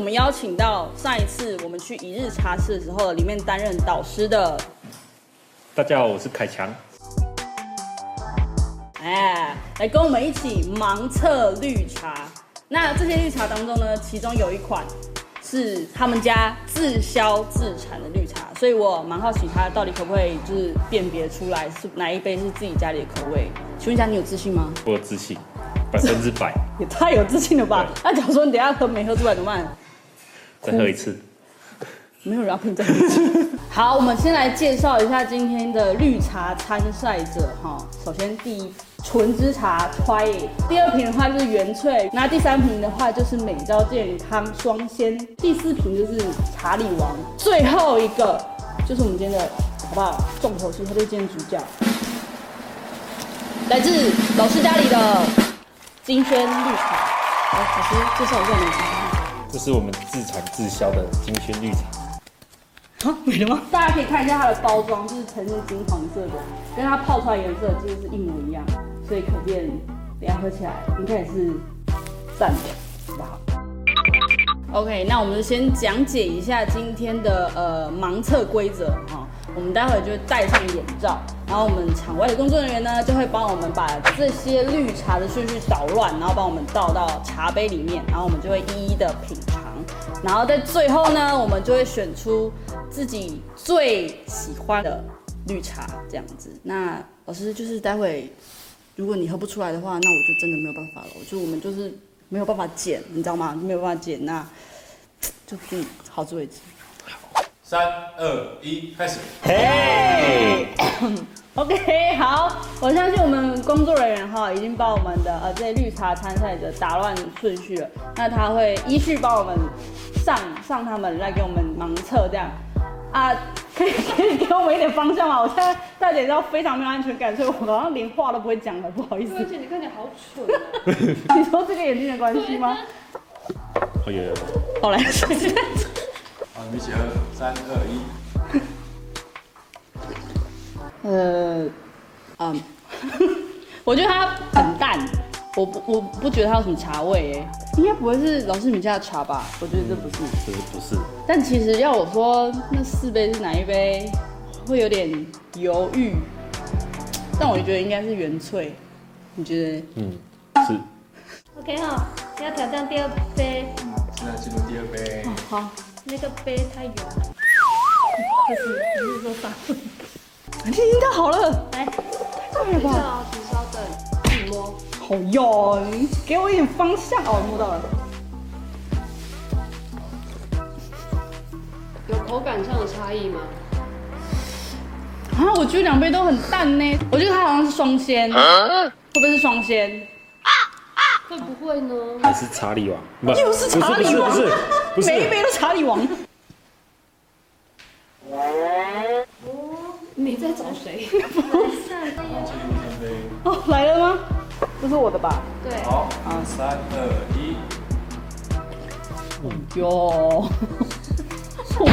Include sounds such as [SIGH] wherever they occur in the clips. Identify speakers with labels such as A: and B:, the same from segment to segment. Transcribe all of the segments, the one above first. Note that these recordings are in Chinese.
A: 们邀请到上一次我们去一日茶室的时候，里面担任导师的，
B: 大家好，我是凯强。
A: 哎，来跟我们一起盲测绿茶。那这些绿茶当中呢，其中有一款是他们家自销自产的绿茶，所以我蛮好奇它到底可不可以就是辨别出来是哪一杯是自己家里的口味。请问一下，你有自信吗？
B: 我有自信，百分之
A: [LAUGHS]
B: 百。
A: 也太有自信了 [LAUGHS] 吧！
B: 对
A: 那假如说你等一下喝没喝出来怎么办？
B: 再喝一次，
A: 没有人要跟你在一起。好，我们先来介绍一下今天的绿茶参赛者哈。首先第一纯之茶 Try It，第二瓶的话就是原萃，那第三瓶的话就是美招健康双鲜，第四瓶就是查理王，最后一个就是我们今天的好不好？重头戏，它就是今天的主角，来自老师家里的金萱绿茶。来，老师介绍一下你的茶。
B: 这是我们自产自销的金萱绿茶。
A: 啊，没了吗？大家可以看一下它的包装，就是呈现金黄色的，跟它泡出来的颜色几乎是一模一样，所以可见等一下喝起来应该也是赞的，好不好？OK，那我们先讲解一下今天的呃盲测规则哈。我们待会就会戴上眼罩，然后我们场外的工作人员呢就会帮我们把这些绿茶的顺序捣乱，然后帮我们倒到茶杯里面，然后我们就会一一的品尝。然后在最后呢，我们就会选出自己最喜欢的绿茶，这样子。那老师就是待会，如果你喝不出来的话，那我就真的没有办法了。我就我们就是没有办法减，你知道吗？没有办法减，那就是好自为之。
C: 三二一，开始。
B: 嘿，
A: OK，好，我相信我们工作人员哈已经把我们的呃这些绿茶参赛者打乱顺序了，那他会依序帮我们上上他们来给我们盲测这样啊，可以可以给我们一点方向吗？我现在大姐知道非常没有安全感，所以我好像连话都不会讲了，不好意思
D: 而。且你看起来好蠢、
A: [LAUGHS]
D: 啊，
A: 你说这个眼睛的关系吗？
B: 哦有有有，
A: 好来， [LAUGHS]
C: 好，你们一起喝。三二一，
A: 呃，嗯， [LAUGHS] 我觉得它很淡，我不我不觉得它有什么茶味哎，应该不会是老师你们家的茶吧？我觉得这不是。
B: 这是不是？
A: 但其实要我说那四杯是哪一杯，会有点犹豫，但我觉得应该是原萃，你觉得呢？
B: 嗯，是。
D: OK 哈、要挑战第二杯，
C: 嗯，现在进入第二杯。
A: 好，
D: 那个杯太油了，不是，不是说法。
A: 你已经倒好了，
D: 来，
A: 快哎了吧？
D: 哦，请稍等，自己摸。
A: 好哟，你给我一点方向哦，摸到了。
E: 有口感上的差异吗？
A: 啊，我觉得两杯都很淡呢，我觉得它好像是双鲜，会不会是双鲜？
E: 会不会呢？
B: 还是查理王？不，
A: 又是查理王
B: 不是不是不
A: 每哎一
B: 是，
A: 杯都查理王。
E: 你在找谁？
C: 好，进入三杯。
A: 哦，来了吗？这是我的吧？
E: 对，
C: 好，三二一，
A: 哟，我不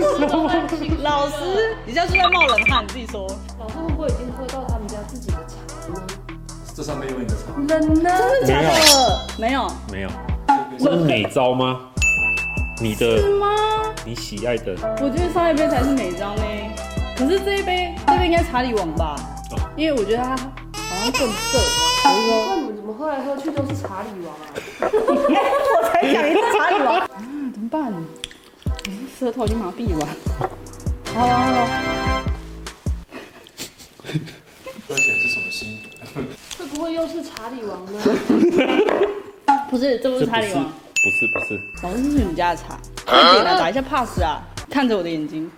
A: 知道嘛。老师，你现在是在冒冷汗，你自己说。
E: 老师会不会已经喝到他们家自己的茶呢？
C: 这三杯有你的茶。
E: 冷呢？
A: 真的假的？没有
B: 没有，
C: 这
B: 这
C: 杯
B: 是美招吗？你的
A: 是吗？
B: 你喜爱的
A: 我觉得上一杯才是美妆呢，可是这一杯，这杯应该查理王吧？
B: 哦，
A: 因为我觉得它好像更涩。
E: 那你们怎么喝来喝去都是茶里王啊？
A: 我才讲一次查理王。啊，怎么办？哎舌头已经麻痹了吧。好好好好。
C: 喝起来是什么心得？
E: 会不会又是茶里王呢？
A: 不是，这不
B: 这
A: 是
B: 不
A: 查理
B: 是
A: 王。
B: 不是不是，
A: 老师这是你家的茶，快点来打一下 pass 啊！看着我的眼睛，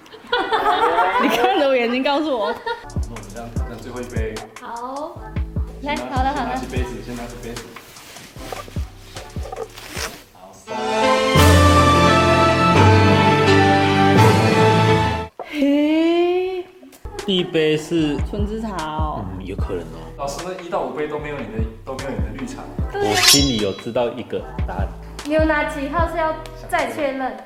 A: 你看着我眼睛告诉我，
C: 那我们这样挑战最后一杯。
D: 好，
C: 先
D: 来，
C: 拿
D: 好了好
C: 先拿
D: 了
C: 起，杯子，先拿起杯子。好，三。
A: 嘿，
B: 第一杯是
A: 纯之茶哦，
B: 嗯，有可能哦。
C: 老师，那一到五杯都没有你的，都没有你的绿茶。
B: 我心里有知道一个答案，
D: 你有哪几号是要再确认？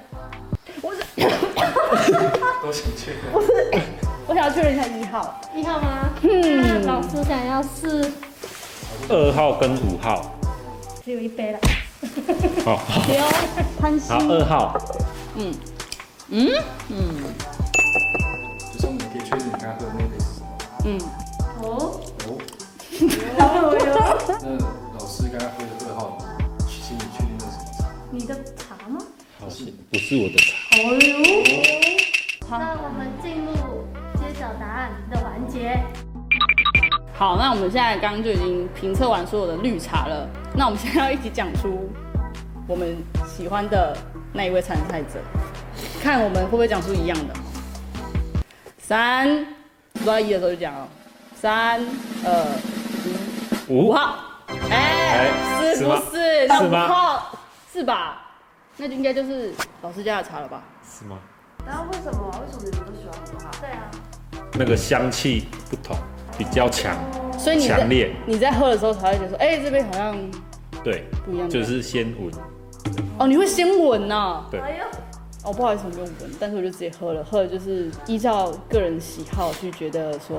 C: 都请确认。
A: 我想要确认一下一号，
D: 一号吗？
A: 嗯
D: 嗯，老师想要试
B: 二号跟五号，哦
D: 只有一杯了。
B: 好，
A: 刘潘西
B: 好，二号，
A: 嗯嗯嗯
C: 就像你可以确定你刚刚喝的那杯是什么。
A: 嗯，
E: 哦，
C: 哦，
E: 有有有，
C: 那老师刚刚喝的二号，请你确定那是什么茶？
D: 你的茶吗？
B: 好是不是我的茶？
E: 哦呦，
D: 那我们进入揭晓答案的环节。
A: 好，那我们现在刚刚就已经评测完所有的绿茶了，那我们现在要一起讲出 [LAUGHS] 我们喜欢的那一位参赛者，看我们会不会讲出一样的。三，数到一的时候就讲哦，三二一，
B: 五
A: 五，号，哎、
B: 哎
A: 是
B: 是
A: 不
B: 吗
A: 是？那
B: 是
A: 五
B: 吗
A: 号是吧？那就应该就是老师家的茶了吧？
B: 是吗？
E: 然啊后为什么为什么你们都喜欢喝啊？
D: 对啊，
B: 那个香气不同，比较强，
A: 所以你在
B: 强烈
A: 你在喝的时候才会觉得说，哎、这边好像
B: 对，
A: 不一样的
B: 就是先闻，
A: 哦，你会先闻呐、
B: 对
D: 哎呦，
A: 哦，不好意思，我没有闻，但是我就直接喝了。喝了就是依照个人喜好去觉得说，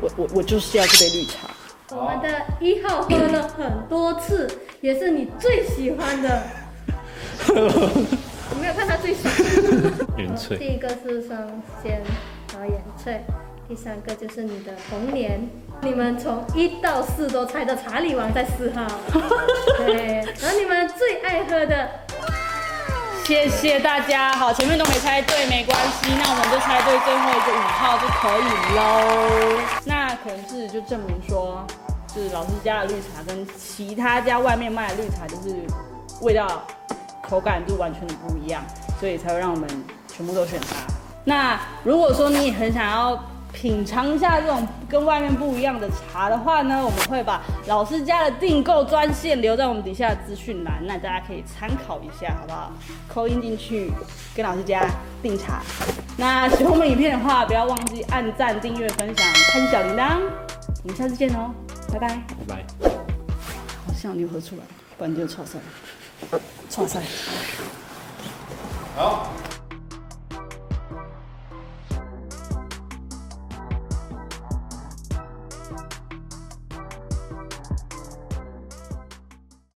A: 我我我就是要这杯绿茶。
D: 我们的一号喝了很多次，也是你最喜欢的。我没有看他最喜欢。
B: 原萃，
D: 第一个是双鲜，然后眼翠，第三个就是你的童年。你们从一到四都猜的查理王在四号，对，然后你们最爱喝的
A: 谢谢大家，好，前面都没猜对没关系，那我们就猜对最后一个五号就可以喽。那可能是就证明说，就是老师家的绿茶跟其他家外面卖的绿茶就是味道、口感就完全的不一样，所以才会让我们全部都选它。那如果说你也很想要品尝一下这种跟外面不一样的茶的话呢，我们会把老师家的订购专线留在我们底下的资讯栏，那大家可以参考一下，好不好？扣音进去跟老师家订茶。那喜欢我们影片的话，不要忘记按赞、订阅、分享、开启小铃铛。我们下次见哦，拜拜。
B: 拜拜。
A: 好像你喝出来，不然你就错赛，错赛。
C: 好，